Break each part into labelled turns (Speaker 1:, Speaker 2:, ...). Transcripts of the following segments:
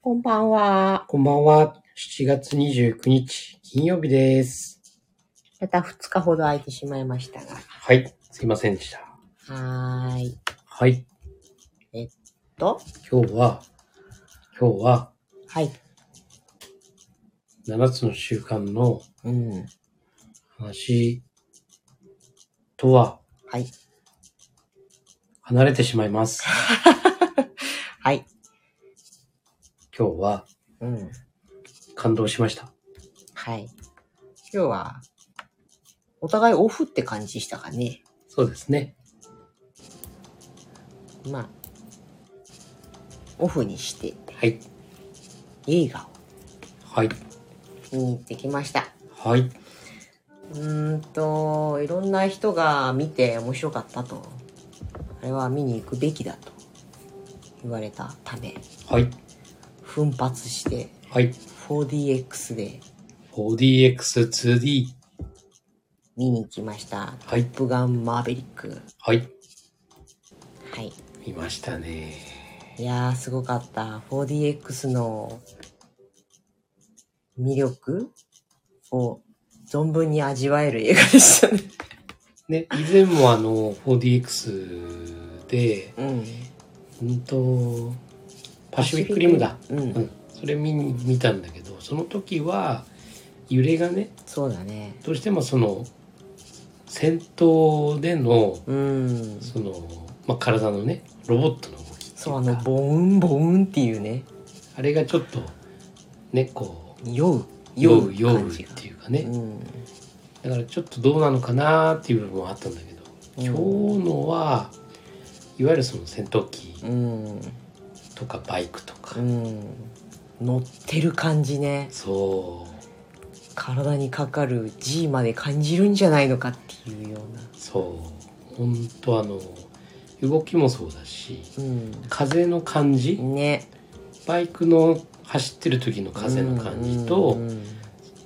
Speaker 1: こんばんは。
Speaker 2: こんばんは。7月29日、金曜日です。
Speaker 1: また2日ほど空いてしまいましたが。
Speaker 2: はい。すいませんでした。
Speaker 1: はーい。
Speaker 2: はい。
Speaker 1: と、
Speaker 2: 今日は、今日は、
Speaker 1: はい。
Speaker 2: 7つの習慣の
Speaker 1: うん。
Speaker 2: 話とは
Speaker 1: はい。
Speaker 2: 離れてしまいます。
Speaker 1: はい。
Speaker 2: 今日は
Speaker 1: うん。
Speaker 2: 感動しました。
Speaker 1: はい。今日は、お互いオフって感じしたかね。
Speaker 2: そうですね。
Speaker 1: まあ、オフにして
Speaker 2: はい。
Speaker 1: 映画
Speaker 2: はい。
Speaker 1: を見に行ってきました。
Speaker 2: はい。
Speaker 1: うーんと、いろんな人が見て面白かったと。あれは見に行くべきだと言われたため、
Speaker 2: はい。
Speaker 1: 奮発して
Speaker 2: はい。
Speaker 1: 4DX で
Speaker 2: 4DX2D。
Speaker 1: 見に行きました。
Speaker 2: は
Speaker 1: ト
Speaker 2: い
Speaker 1: ッ。プガンマーベリック。
Speaker 2: はい。
Speaker 1: はい。
Speaker 2: 見ましたね。
Speaker 1: いやー、すごかった。4DX の魅力を存分に味わえる映画でしたね。
Speaker 2: ね、以前もあの、4DX で、
Speaker 1: うん。
Speaker 2: うんとパシフィックリムだ、
Speaker 1: う。
Speaker 2: うんん、それ見に見たんだけどその時は揺れがね
Speaker 1: そうだね。
Speaker 2: どうしてもその戦闘での
Speaker 1: うん。
Speaker 2: その、まあ、体のねロボットの動きってい
Speaker 1: そう、あ
Speaker 2: う
Speaker 1: の、
Speaker 2: か
Speaker 1: ボーンボーンっていうね、
Speaker 2: あれがちょっとねこう
Speaker 1: 酔う、
Speaker 2: 酔う酔う
Speaker 1: 感
Speaker 2: っ
Speaker 1: じが。
Speaker 2: ていうかね
Speaker 1: うん。
Speaker 2: だからちょっとどうなのかなっていう部分はあったんだけど今日のはいわゆるその戦闘機
Speaker 1: うん。
Speaker 2: とかバイクとか、
Speaker 1: うん。乗ってる感じね。
Speaker 2: そう
Speaker 1: 体にかかる G まで感じるんじゃないのかっていうような。
Speaker 2: そう本当あの動きもそうだし
Speaker 1: う
Speaker 2: 風の感じ
Speaker 1: ん。ね。
Speaker 2: バイクの走ってる時の風の感じと
Speaker 1: うんうん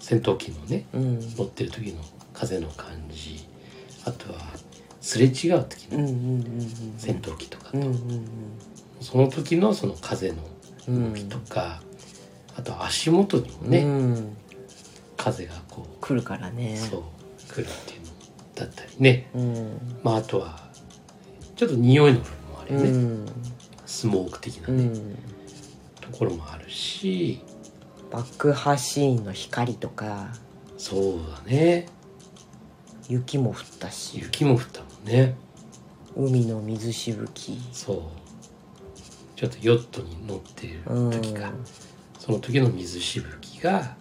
Speaker 2: 戦闘機のね
Speaker 1: うん
Speaker 2: 乗ってる時の風の感じあとはすれ違う時
Speaker 1: う
Speaker 2: の
Speaker 1: んうんうん
Speaker 2: 戦闘機とか、
Speaker 1: うんうんうん
Speaker 2: その時のその風の
Speaker 1: うんうん
Speaker 2: 動きとか、あと足元にもね、
Speaker 1: うん
Speaker 2: 風がこ
Speaker 1: 来るから
Speaker 2: う
Speaker 1: ね
Speaker 2: そう来るっていうのだったりね
Speaker 1: うん
Speaker 2: まああとはちょっと匂いの部分もある
Speaker 1: う
Speaker 2: よね、
Speaker 1: ん
Speaker 2: スモーク的な
Speaker 1: う
Speaker 2: ね、
Speaker 1: ん
Speaker 2: ところもあるし
Speaker 1: 爆破シーンの光とか
Speaker 2: そうだね
Speaker 1: 雪も降ったし
Speaker 2: 雪も降ったもんね
Speaker 1: 海の水しぶき
Speaker 2: そうちょっとヨットに乗ってる
Speaker 1: うん
Speaker 2: 時か、その時の水しぶきが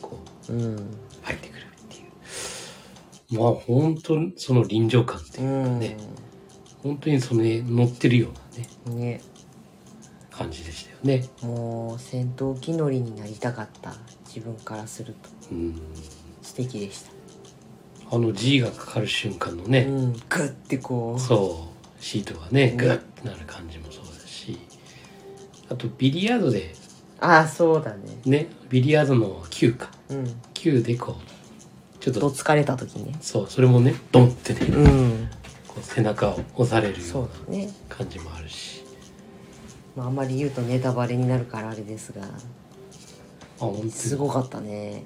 Speaker 2: こう
Speaker 1: うん
Speaker 2: 入ってくるっていうまあ本当にその臨場感っていう
Speaker 1: うん
Speaker 2: ね本当にその、ね、乗ってるようなね
Speaker 1: ね
Speaker 2: 感じでしたよね
Speaker 1: もう戦闘機乗りになりたかった自分からすると
Speaker 2: うん
Speaker 1: 素敵でした
Speaker 2: あの G がかかる瞬間のね、
Speaker 1: うんグッてこう
Speaker 2: そうシートがね
Speaker 1: ね
Speaker 2: グッてなる感じもそうだしあとビリヤードで
Speaker 1: ああそうだね
Speaker 2: ねビリヤードの9か
Speaker 1: うん
Speaker 2: 9でこうちょっ
Speaker 1: ど
Speaker 2: と
Speaker 1: つかれた時ね
Speaker 2: そうそれもねドンってね
Speaker 1: うん
Speaker 2: こう背中を押されるよ
Speaker 1: そううだね、
Speaker 2: な感じもあるし
Speaker 1: まあ、あんまり言うとネタバレになるからあれですが
Speaker 2: あ本
Speaker 1: す
Speaker 2: 当に
Speaker 1: ごかったね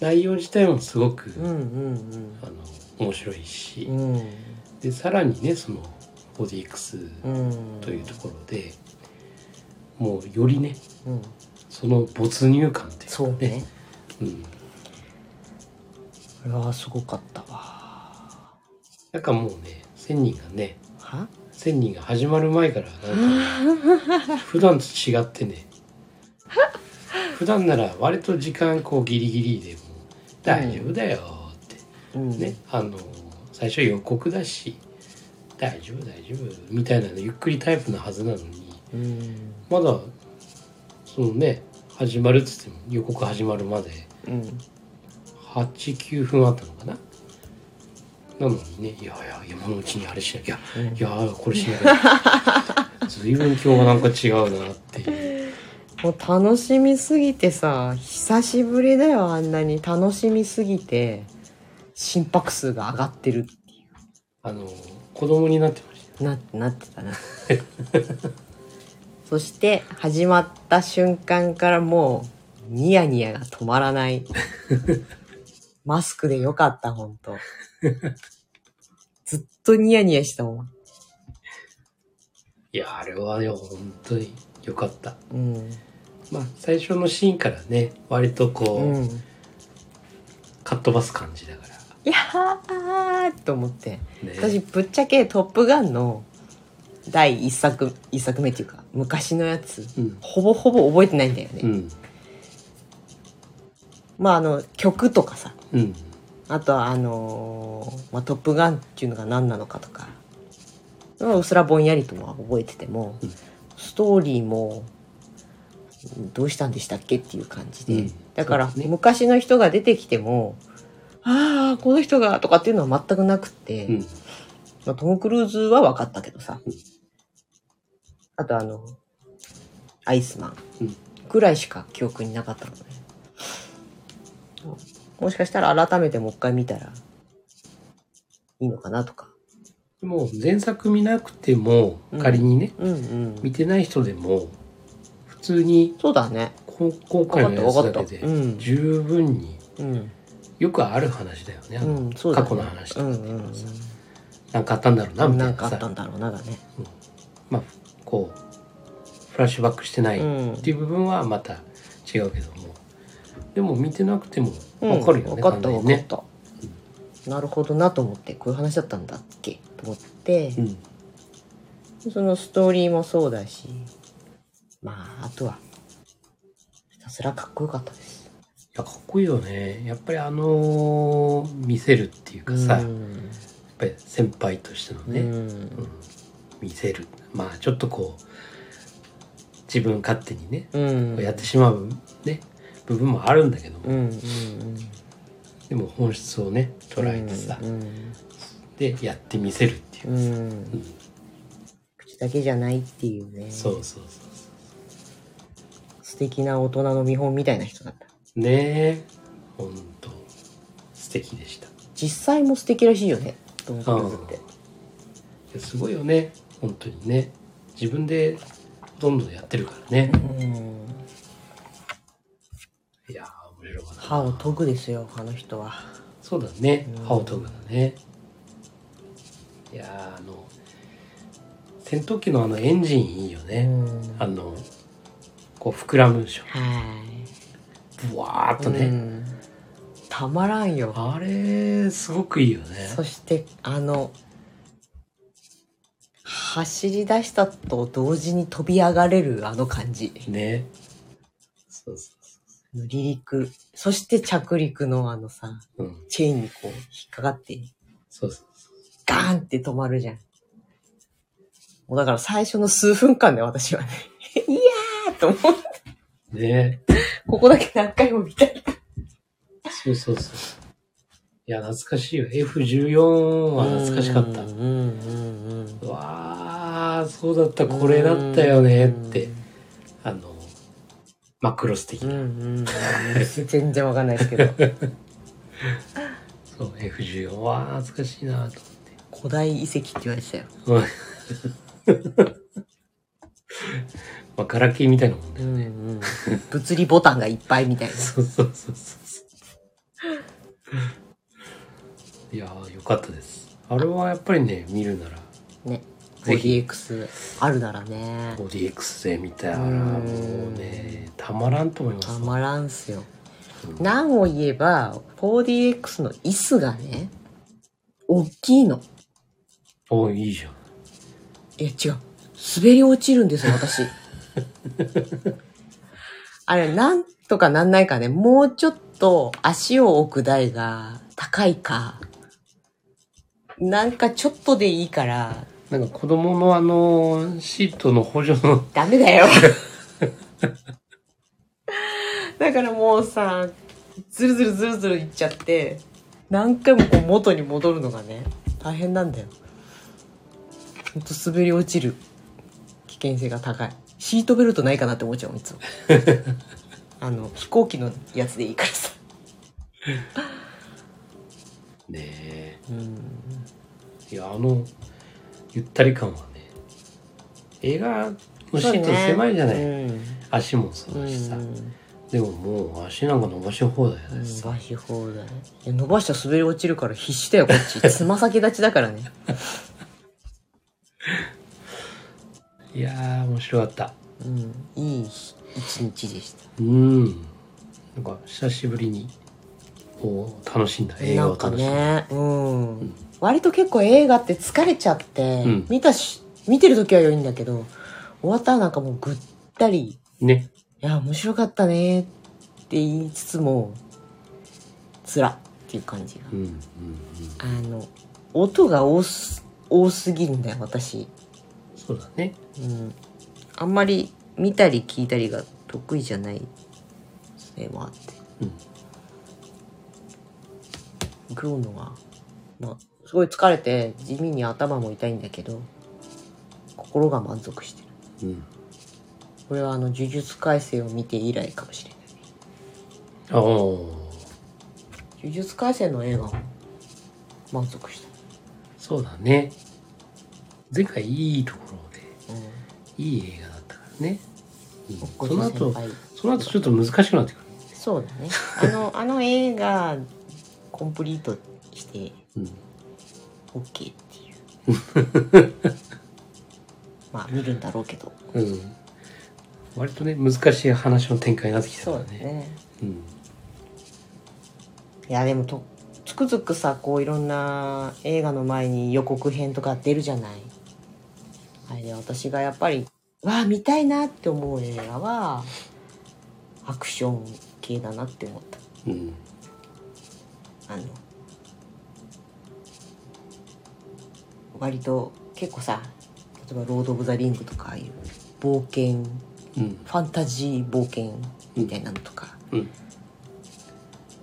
Speaker 2: 内容自体もすごく、
Speaker 1: うんうん
Speaker 2: あの面白いし、
Speaker 1: うんうん
Speaker 2: でさらにねその 4DX
Speaker 1: うん
Speaker 2: というところで、もうよりね
Speaker 1: うん
Speaker 2: その没入感っていうか
Speaker 1: そうね
Speaker 2: うん、
Speaker 1: これはすごかったわ
Speaker 2: なんかもうね1000人がね
Speaker 1: は
Speaker 2: 1000人が始まる前からなんかね普段と違ってね普段なら割と時間こうギリギリでも「大丈夫だよ」っ
Speaker 1: うん
Speaker 2: てね、あの最初予告だし「大丈夫大丈夫」みたいなのゆっくりタイプなはずなのに
Speaker 1: うん
Speaker 2: まだそのね始まるっつっても予告始まるまで
Speaker 1: うん
Speaker 2: 89分あったのかななのにね「いやいや今のうちにあれしなきゃ」
Speaker 1: うん
Speaker 2: いやーこれしながら 随分今日はなんか違うなっていう
Speaker 1: もう楽しみすぎてさ久しぶりだよあんなに楽しみすぎて心拍数が上がってる
Speaker 2: あの子供になってまし
Speaker 1: ななってたな そして始まった瞬間からもうニヤニヤが止まらない。マスクでよかった、ほんと。ずっとニヤニヤしたもん。
Speaker 2: いやあれはね本当に良かった
Speaker 1: うん。
Speaker 2: まあ最初のシーンからね割とこう、
Speaker 1: うん。
Speaker 2: かっ飛ばす感じだか
Speaker 1: い
Speaker 2: ら
Speaker 1: やーと思って。
Speaker 2: ね
Speaker 1: 私、ぶっちゃけトップガンの第一作、一作目っていうか、昔のやつ、
Speaker 2: うん
Speaker 1: ほぼほぼ覚えてないんだよね。
Speaker 2: うん
Speaker 1: まあ、あの、曲とかさ、
Speaker 2: うん
Speaker 1: あとはあのーまあ、トップガンっていうのが何なのかとか、まあうすらぼんやりとは覚えてても、
Speaker 2: うん
Speaker 1: ストーリーも、うんどうしたんでしたっけっていう感じで、
Speaker 2: うん
Speaker 1: だから
Speaker 2: そうですね
Speaker 1: 昔の人が出てきても、ああ、この人がとかっていうのは全くなくって、
Speaker 2: うん
Speaker 1: まあ、トム・クルーズは分かったけどさ、
Speaker 2: うん
Speaker 1: あとあの、アイスマン
Speaker 2: うん
Speaker 1: ぐらいしか記憶になかったのね。もしかしたら改めてもう一回見たらいいのかなとか。
Speaker 2: でも前作見なくても
Speaker 1: うん
Speaker 2: 仮にね、
Speaker 1: うんうん。
Speaker 2: 見てない人でも普通に
Speaker 1: そうだね。
Speaker 2: こ今
Speaker 1: 分
Speaker 2: 回
Speaker 1: かっ
Speaker 2: の
Speaker 1: た
Speaker 2: や
Speaker 1: 分か
Speaker 2: つ
Speaker 1: った。
Speaker 2: だ
Speaker 1: う
Speaker 2: けで
Speaker 1: ん。
Speaker 2: 十分に
Speaker 1: うん。
Speaker 2: よくある話だよね、あ
Speaker 1: う
Speaker 2: の
Speaker 1: ん、そうだね。
Speaker 2: 過去の話
Speaker 1: う
Speaker 2: と
Speaker 1: ん
Speaker 2: か
Speaker 1: うん
Speaker 2: なんかあったんだろうな
Speaker 1: う
Speaker 2: み
Speaker 1: ん。
Speaker 2: た
Speaker 1: ないんか
Speaker 2: な
Speaker 1: あ
Speaker 2: さ
Speaker 1: ったんだろうなだね。
Speaker 2: まあこうフラッシュバックしてない、
Speaker 1: うん。
Speaker 2: っていう部分はまた違うけどもでも見てなくても
Speaker 1: うん
Speaker 2: 分かるよね、
Speaker 1: 分かった
Speaker 2: 完
Speaker 1: 分か
Speaker 2: 全
Speaker 1: っ
Speaker 2: にね
Speaker 1: た。なるほどなと思って、こういう話だったんだっけと思って、
Speaker 2: うん
Speaker 1: そのストーリーもそうだし、まあ、あとは、ひたすらかっこよかったです。
Speaker 2: いやかっこいいよねやっぱりあの見せるっていうかさ、
Speaker 1: う
Speaker 2: やっ
Speaker 1: ん
Speaker 2: ぱり先輩としてのね、
Speaker 1: う
Speaker 2: うん
Speaker 1: ん
Speaker 2: 見せるまあちょっとこう自分勝手にね、
Speaker 1: うん。
Speaker 2: やってしまうね部分もあるんだけども、
Speaker 1: うんうんうん。
Speaker 2: でも本質をね捉えてさ、
Speaker 1: うん。
Speaker 2: でやってみせるっていうう、うんん
Speaker 1: 口だけじゃないっていうね。
Speaker 2: そうそうそうそ
Speaker 1: 素敵な大人の見本みたいな人だった。
Speaker 2: うねえほんと素敵でした
Speaker 1: 実際も素敵らしいよね。トム・クルーズって。
Speaker 2: いやすごいよね本当にね自分でほとんどやってるからね
Speaker 1: うん。
Speaker 2: いやー面白かった
Speaker 1: 歯を研ぐですよ、あの人は。
Speaker 2: そうだね
Speaker 1: うん
Speaker 2: 歯を研ぐだねいやーあの戦闘機のあのエンジンいいよ
Speaker 1: う
Speaker 2: ね、
Speaker 1: ん。
Speaker 2: あ
Speaker 1: は
Speaker 2: のこう膨らむでしょ
Speaker 1: い。
Speaker 2: ブワーっとね、
Speaker 1: うんたまらんよ。
Speaker 2: あれすごくいいよね
Speaker 1: そしてあの走り出したと同時に飛び上がれるあの感じ
Speaker 2: ねそうそ
Speaker 1: 離陸そして着陸のあのさ
Speaker 2: うそううん
Speaker 1: チェーンにこう引っかかって
Speaker 2: そうそう
Speaker 1: ガーンって止まるじゃんもうだから最初の数分間で私はね いやーと思う
Speaker 2: ね
Speaker 1: ここだけ何回も見たい
Speaker 2: そうそうそういや懐かしいよ F14 は懐かしかった
Speaker 1: うんうんうんうん
Speaker 2: うわあそうだったこれだったよねってあのマクロス的
Speaker 1: うんう
Speaker 2: なん
Speaker 1: うん全然わかんないですけど
Speaker 2: そう F14 わあ懐かしい なと
Speaker 1: 古代遺跡って言われてたよ。
Speaker 2: 思ってまあガラケーみたいなもんね
Speaker 1: うんうん、 物理ボタンがいっぱいみたいな。
Speaker 2: そうそうそうそうそう いやーよかったですあれはやっぱりね見るなら
Speaker 1: ね。
Speaker 2: ぜひ
Speaker 1: 4DX あるならね。
Speaker 2: 5DX で見たら
Speaker 1: うーん
Speaker 2: もうねたまらんと思います
Speaker 1: たまらんすよ。
Speaker 2: うん
Speaker 1: 何を言えば、4DX の椅子がね、大きいの。
Speaker 2: おいいじゃん
Speaker 1: いや、違う。滑り落ちるんですよ、 私。あれ、なんとかなんないかね、もうちょっと足を置く台が高いか、なんかちょっとでいいから、
Speaker 2: なんか子供のあのシートの補助の
Speaker 1: ダメだよ。だからもうさ、ずるずるずるずるいっちゃって、何回もこう元に戻るのがね、大変なんだよ。ほんと滑り落ちる危険性が高い。シートベルトないかなって思っちゃうもんいつも。あの、飛行機のやつでいいからさ。
Speaker 2: ね
Speaker 1: うん。
Speaker 2: えいやあのゆったり感はね映画のもうシート狭いじゃない、
Speaker 1: うん
Speaker 2: 足もそう
Speaker 1: う
Speaker 2: だしさ、
Speaker 1: ん
Speaker 2: でももう足なんか伸ばし放題だ
Speaker 1: 伸
Speaker 2: しさ、
Speaker 1: ばし放題いや伸ばしたら滑り落ちるから必死だよこっちつま先立ちだからね
Speaker 2: いやー面白かった
Speaker 1: うんいい日一日でした
Speaker 2: うんなんか久しぶりにお楽しんだ映
Speaker 1: な
Speaker 2: 画を
Speaker 1: んか
Speaker 2: 楽しんだ、
Speaker 1: ね、うん割と結構映画って疲れちゃって、
Speaker 2: うん
Speaker 1: 見たし見てる時は良いんだけど終わったらなんかもうぐったりい
Speaker 2: ね
Speaker 1: や面白かったねって言いつつも辛っていう感じが
Speaker 2: うんうんうん
Speaker 1: あの音が多す多すぎるんだよ私、
Speaker 2: そうだね
Speaker 1: うん、あんまり見たり聞いたりが得意じゃないそれもあって
Speaker 2: うん
Speaker 1: 食うのが、まあ、すごい疲れて地味に頭も痛いんだけど心が満足してる
Speaker 2: うん
Speaker 1: これはあの呪術改正を見て以来かもしれない
Speaker 2: ああ
Speaker 1: 呪術改正の映画も満足し
Speaker 2: そうだね前回いいところで
Speaker 1: た、うん、
Speaker 2: いい映画だったからね、うん
Speaker 1: ご
Speaker 2: その
Speaker 1: 先
Speaker 2: 後
Speaker 1: 輩
Speaker 2: その後ちょっと難しくなってく
Speaker 1: そうだねあのあの映画コンプリートして OK
Speaker 2: る、うん、
Speaker 1: っていう まあ見るんだろうけど
Speaker 2: うん、割とね難しい話の展開になってきた
Speaker 1: そ
Speaker 2: か
Speaker 1: う
Speaker 2: ら
Speaker 1: だ
Speaker 2: ね
Speaker 1: ね
Speaker 2: うん
Speaker 1: いやでもとつくづくさこういろんな映画の前に予告編とか出るじゃないあれで私がやっぱりわあ見たいなって思う映画はアクション系だなって思っ
Speaker 2: うん
Speaker 1: たあの割と結構さ例えば「ロード・オブ・ザ・リング」とかああいう冒険
Speaker 2: うん
Speaker 1: ファンタジー冒険みたいなのとか、
Speaker 2: うん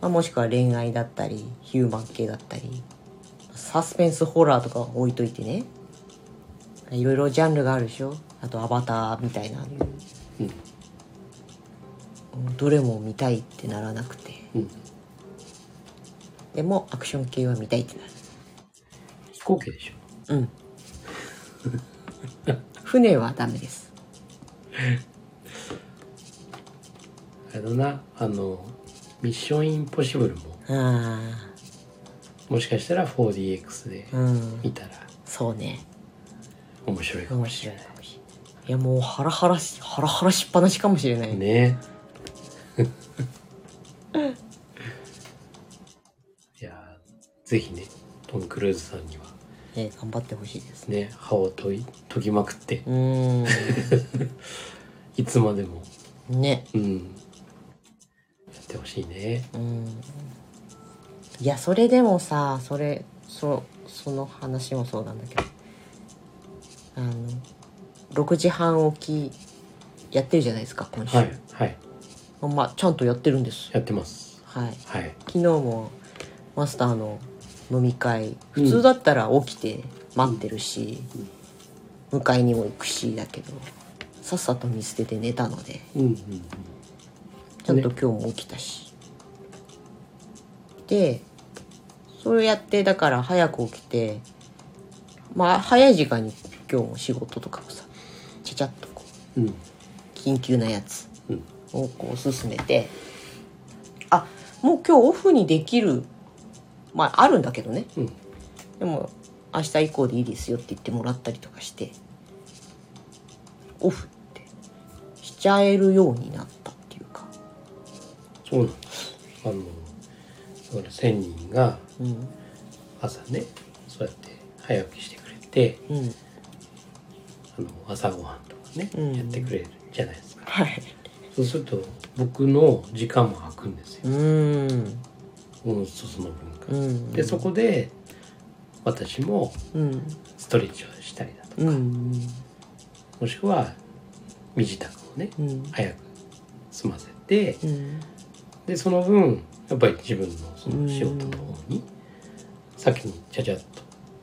Speaker 1: まあ、もしくは恋愛だったりヒューマン系だったりサスペンスホラーとかは置いといてねいろいろジャンルがあるでしょあとアバターみたいな、どれも見たいってならなくて
Speaker 2: うん
Speaker 1: でもアクション系は見たいってな
Speaker 2: 飛行機でしょ
Speaker 1: るうん船はダメです
Speaker 2: あれだなあのミッションインポッシブルも
Speaker 1: あ
Speaker 2: もしかしたら 4DX で
Speaker 1: あうん
Speaker 2: 見たら
Speaker 1: そうね
Speaker 2: 面白いかも
Speaker 1: 面
Speaker 2: し
Speaker 1: 白
Speaker 2: れ
Speaker 1: い
Speaker 2: ない
Speaker 1: かもしれないいやもうハラハラしハラハラしっぱなしかもしれない、
Speaker 2: ね いやーぜひねトム・クルーズさんには
Speaker 1: ね頑張ってほしいです
Speaker 2: ね歯を研い研ぎまくって
Speaker 1: うー
Speaker 2: いつまでも
Speaker 1: んね
Speaker 2: うんやってほしいね
Speaker 1: うんいやそれでもさそれそその話もそうなんだけどあの6時半起きやってるじゃないですか今週、
Speaker 2: はいはい
Speaker 1: まあまあちゃんとやってるんです
Speaker 2: やってます
Speaker 1: はい
Speaker 2: はい
Speaker 1: 昨日もマスターの飲み会普通だったら起きて待ってるし、迎えにも行くしだけどさっさと見捨てて寝たので
Speaker 2: うんうん
Speaker 1: ちゃんと今日も起きたし、でそうやってだから早く起きてまあ早い時間に今日も仕事とかもさちゃちゃっとこう
Speaker 2: うんうん
Speaker 1: 緊急なやつ
Speaker 2: うん
Speaker 1: をこう進めてあもう今日オフにできるまああるんだけどね
Speaker 2: うん
Speaker 1: でも明日以降でいいですよって言ってもらったりとかしてオフってしちゃえるようになったっていうか
Speaker 2: そうなんですあのだから1000人が
Speaker 1: うん
Speaker 2: 朝ねそうやって早起きしてくれて
Speaker 1: うん
Speaker 2: あの朝ごはんとかね、
Speaker 1: うん
Speaker 2: やってくれるじゃないですか
Speaker 1: はい
Speaker 2: そうすると僕の時間も空くんですよ
Speaker 1: うーん
Speaker 2: おのずとその分間、
Speaker 1: うん
Speaker 2: でそこで私も
Speaker 1: うん
Speaker 2: ストレッチをしたりだとか、
Speaker 1: うん
Speaker 2: もしくは身支度をね、
Speaker 1: うん
Speaker 2: 早く済ませて
Speaker 1: うん
Speaker 2: でその分やっぱり自分のその仕事の方に先にちゃちゃっと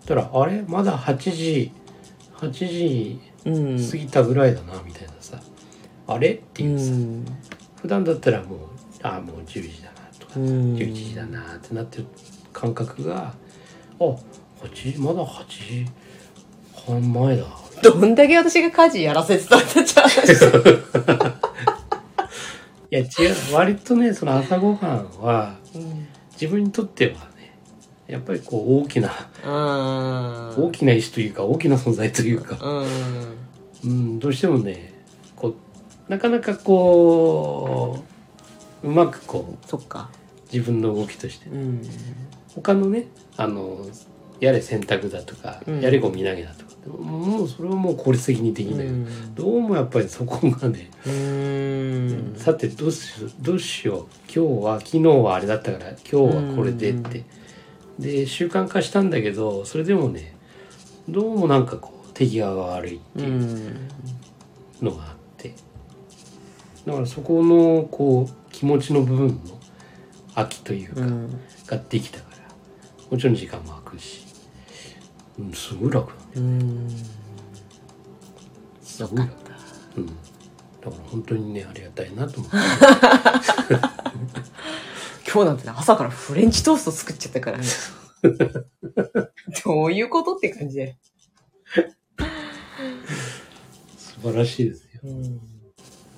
Speaker 2: そしたらあれまだ8時8時
Speaker 1: うん
Speaker 2: 過ぎたぐらいだなみたいなさ、あれっていうさ、
Speaker 1: うん
Speaker 2: 普段だったらもうああもう10時だなとか、
Speaker 1: うん
Speaker 2: 11時だなってなってる感覚があ8時まだ8時半前だ
Speaker 1: どんだけ私が家事やらせてたんだって話
Speaker 2: いや違う割とねその朝ごはんは
Speaker 1: うん
Speaker 2: 自分にとってはねやっぱりこう大きな
Speaker 1: あー
Speaker 2: 大きな石というか大きな存在というか、
Speaker 1: うん
Speaker 2: うん、どうしてもねこうなかなかこううまくこう
Speaker 1: そっか
Speaker 2: 自分の動きとして
Speaker 1: うん
Speaker 2: 他のねあのやれ洗濯だとか、
Speaker 1: うん
Speaker 2: やれゴミ投げだとかもうそれはもう効率的にでき
Speaker 1: う
Speaker 2: ない、
Speaker 1: ん
Speaker 2: どうもやっぱりそこがね、
Speaker 1: うん
Speaker 2: さてどうしようどうしよう今日は昨日はあれだったから今日はこれでって、で習慣化したんだけどそれでもねどうもなんかこう手際が悪いって
Speaker 1: う
Speaker 2: いうんのがあって、だからそこのこう気持ちの部分の空きというか、
Speaker 1: うん
Speaker 2: ができたからもちろん時間も空くし、うん、すごい楽なんだよ
Speaker 1: うん
Speaker 2: すごい楽うん、だから本当にねありがたいなと思って
Speaker 1: 今日なんてね朝からフレンチトースト作っちゃったからね どういうことって感じで、
Speaker 2: 素晴らしいですよ
Speaker 1: うん、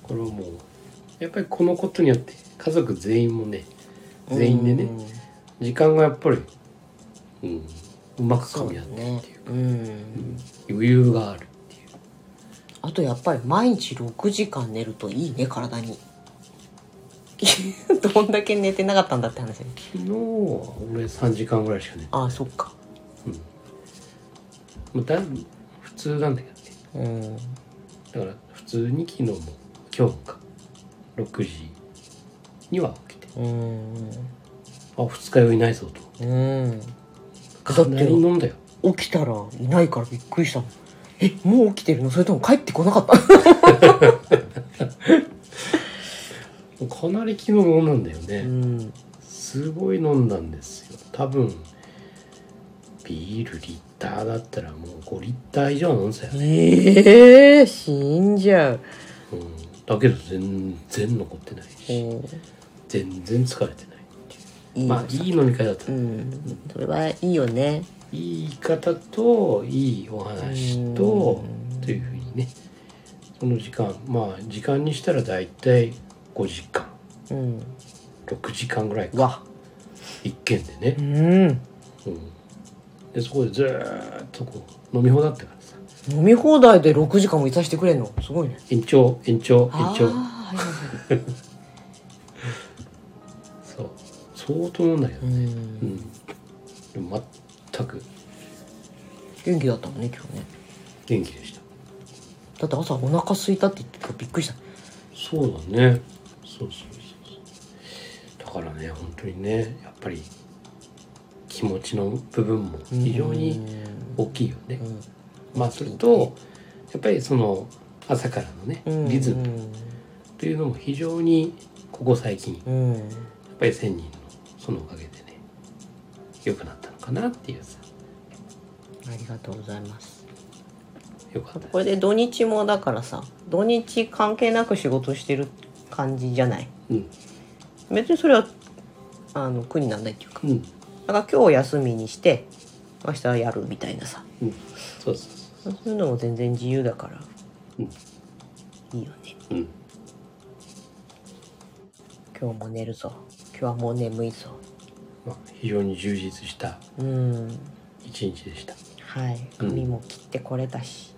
Speaker 2: これはもうやっぱりこのことによって家族全員もね全員でね時間がやっぱり、うん、うまくかみ合ってるっていう
Speaker 1: うん、うん、
Speaker 2: 余裕があるっていう
Speaker 1: あとやっぱり毎日6時間寝るといいね体に どんだけ寝てなかったんだって話ね
Speaker 2: 昨日は俺3時間ぐらいしか寝て
Speaker 1: ああそっか
Speaker 2: もうだ普通なんだけどね
Speaker 1: うん
Speaker 2: だから普通に昨日も今日もか6時には起きて
Speaker 1: うん
Speaker 2: あ二日酔いないぞと
Speaker 1: うん
Speaker 2: かなり飲んだよ
Speaker 1: 起きたらいないからびっくりしたのえもう起きてるのそれとも帰ってこなかった
Speaker 2: かなり昨日飲んだんだよね、
Speaker 1: うん
Speaker 2: すごい飲んだんですよ多分ビールリッターだったらもう5リッター以上飲んだよね、
Speaker 1: ええー、死んじゃう、
Speaker 2: うん、だけど全然残ってないし
Speaker 1: うん
Speaker 2: 全然疲れてないっていう
Speaker 1: いい
Speaker 2: まあいい飲み会だった、
Speaker 1: うんそれはいいよね
Speaker 2: いい方といいお話とというふうにねその時間まあ時間にしたら大体5時間
Speaker 1: うん
Speaker 2: 6時間ぐらいか
Speaker 1: わ
Speaker 2: 一軒でね
Speaker 1: う、ん
Speaker 2: うん、でそこでずーっとこう飲み放題だったからさ
Speaker 1: 飲み放題で6時間もいさせてくれんのすごいね
Speaker 2: 延長延長延長
Speaker 1: あーはいはいはい
Speaker 2: そう相当飲んだけど
Speaker 1: う
Speaker 2: ねうんんでも全く
Speaker 1: 元気だったもんね今日ね
Speaker 2: 元気でし
Speaker 1: だ
Speaker 2: た
Speaker 1: って朝お腹空いたって言ってたからびっくりした
Speaker 2: そうだねそうそうそうそうだからね本当にねやっぱり気持ちの部分も非常に大きいよね、まあそれとやっぱりその朝からのね
Speaker 1: うん
Speaker 2: リズムというのも非常にここ最近や
Speaker 1: うんうん
Speaker 2: っぱり1,000人のそのおかげでね良くなったのかなっていうさ
Speaker 1: ありがとうございます
Speaker 2: 良かった
Speaker 1: これで土日もだからさ土日関係なく仕事してる感じじゃない
Speaker 2: うん
Speaker 1: 別にそれはあの苦にならないっていうか
Speaker 2: うん
Speaker 1: だから今日休みにして明日やるみたいなさ
Speaker 2: うんそうそうそう
Speaker 1: そういうのも全然自由だから
Speaker 2: うん
Speaker 1: いいよね
Speaker 2: うん
Speaker 1: 今日も寝るぞ今日はもう眠いぞ
Speaker 2: まあ、非常に充実した
Speaker 1: うん
Speaker 2: 一日でした
Speaker 1: はい
Speaker 2: うん
Speaker 1: 髪も切ってこれたし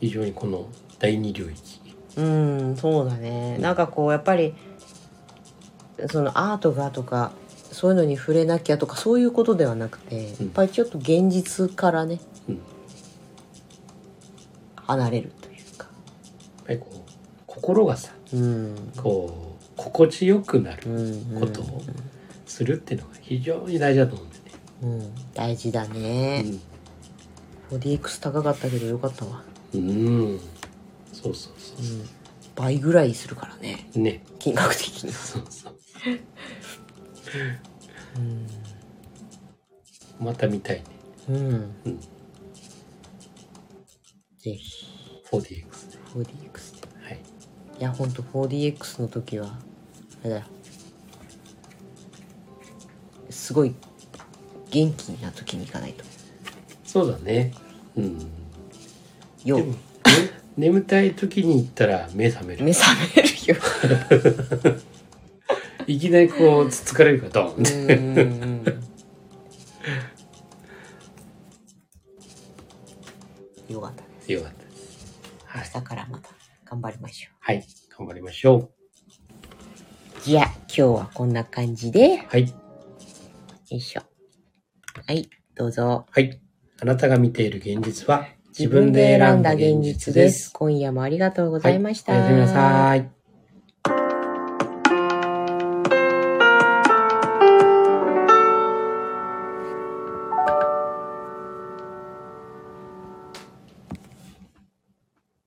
Speaker 2: 非常にこの第二領域
Speaker 1: うんそうだねなんかこうやっぱりそのアートがとかそういうのに触れなきゃとかそういうことではなくてやっぱりちょっと現実からね
Speaker 2: うんや
Speaker 1: 離れるというか
Speaker 2: っぱりこう心がさ
Speaker 1: うん
Speaker 2: こう心地よくな
Speaker 1: う
Speaker 2: る
Speaker 1: ん
Speaker 2: ことをするっていうのが非常に大事だと思うんだよね、
Speaker 1: うん大事だね、ボディ X 高かったけどよかったわ、
Speaker 2: うん、うん、そうそうそううそ
Speaker 1: ん、倍ぐらいするからね
Speaker 2: うね
Speaker 1: 金額的に
Speaker 2: そうそうまた見たいね
Speaker 1: うん、うん
Speaker 2: うん
Speaker 1: ぜひ
Speaker 2: 4DX で
Speaker 1: 4DX で
Speaker 2: はい
Speaker 1: いやほんと 4DX の時はあれだよすごい元気な時に行かないと
Speaker 2: そうだねうん
Speaker 1: よ
Speaker 2: でもね眠たい時に行ったら目覚める
Speaker 1: 目覚めるよ
Speaker 2: いきなりこうつつかれるからドンって
Speaker 1: うんうんうんよかったです
Speaker 2: よかったですはい、
Speaker 1: 明日からまた頑張りましょ
Speaker 2: はい、頑張りましょ
Speaker 1: うじゃあ今日はこんな感じでよ
Speaker 2: うはい
Speaker 1: いしょはいどうぞ
Speaker 2: はいあなたが見ている現実は自分で選んだ現実です
Speaker 1: 今夜もありがとうございました、
Speaker 2: はい、おやすみなさい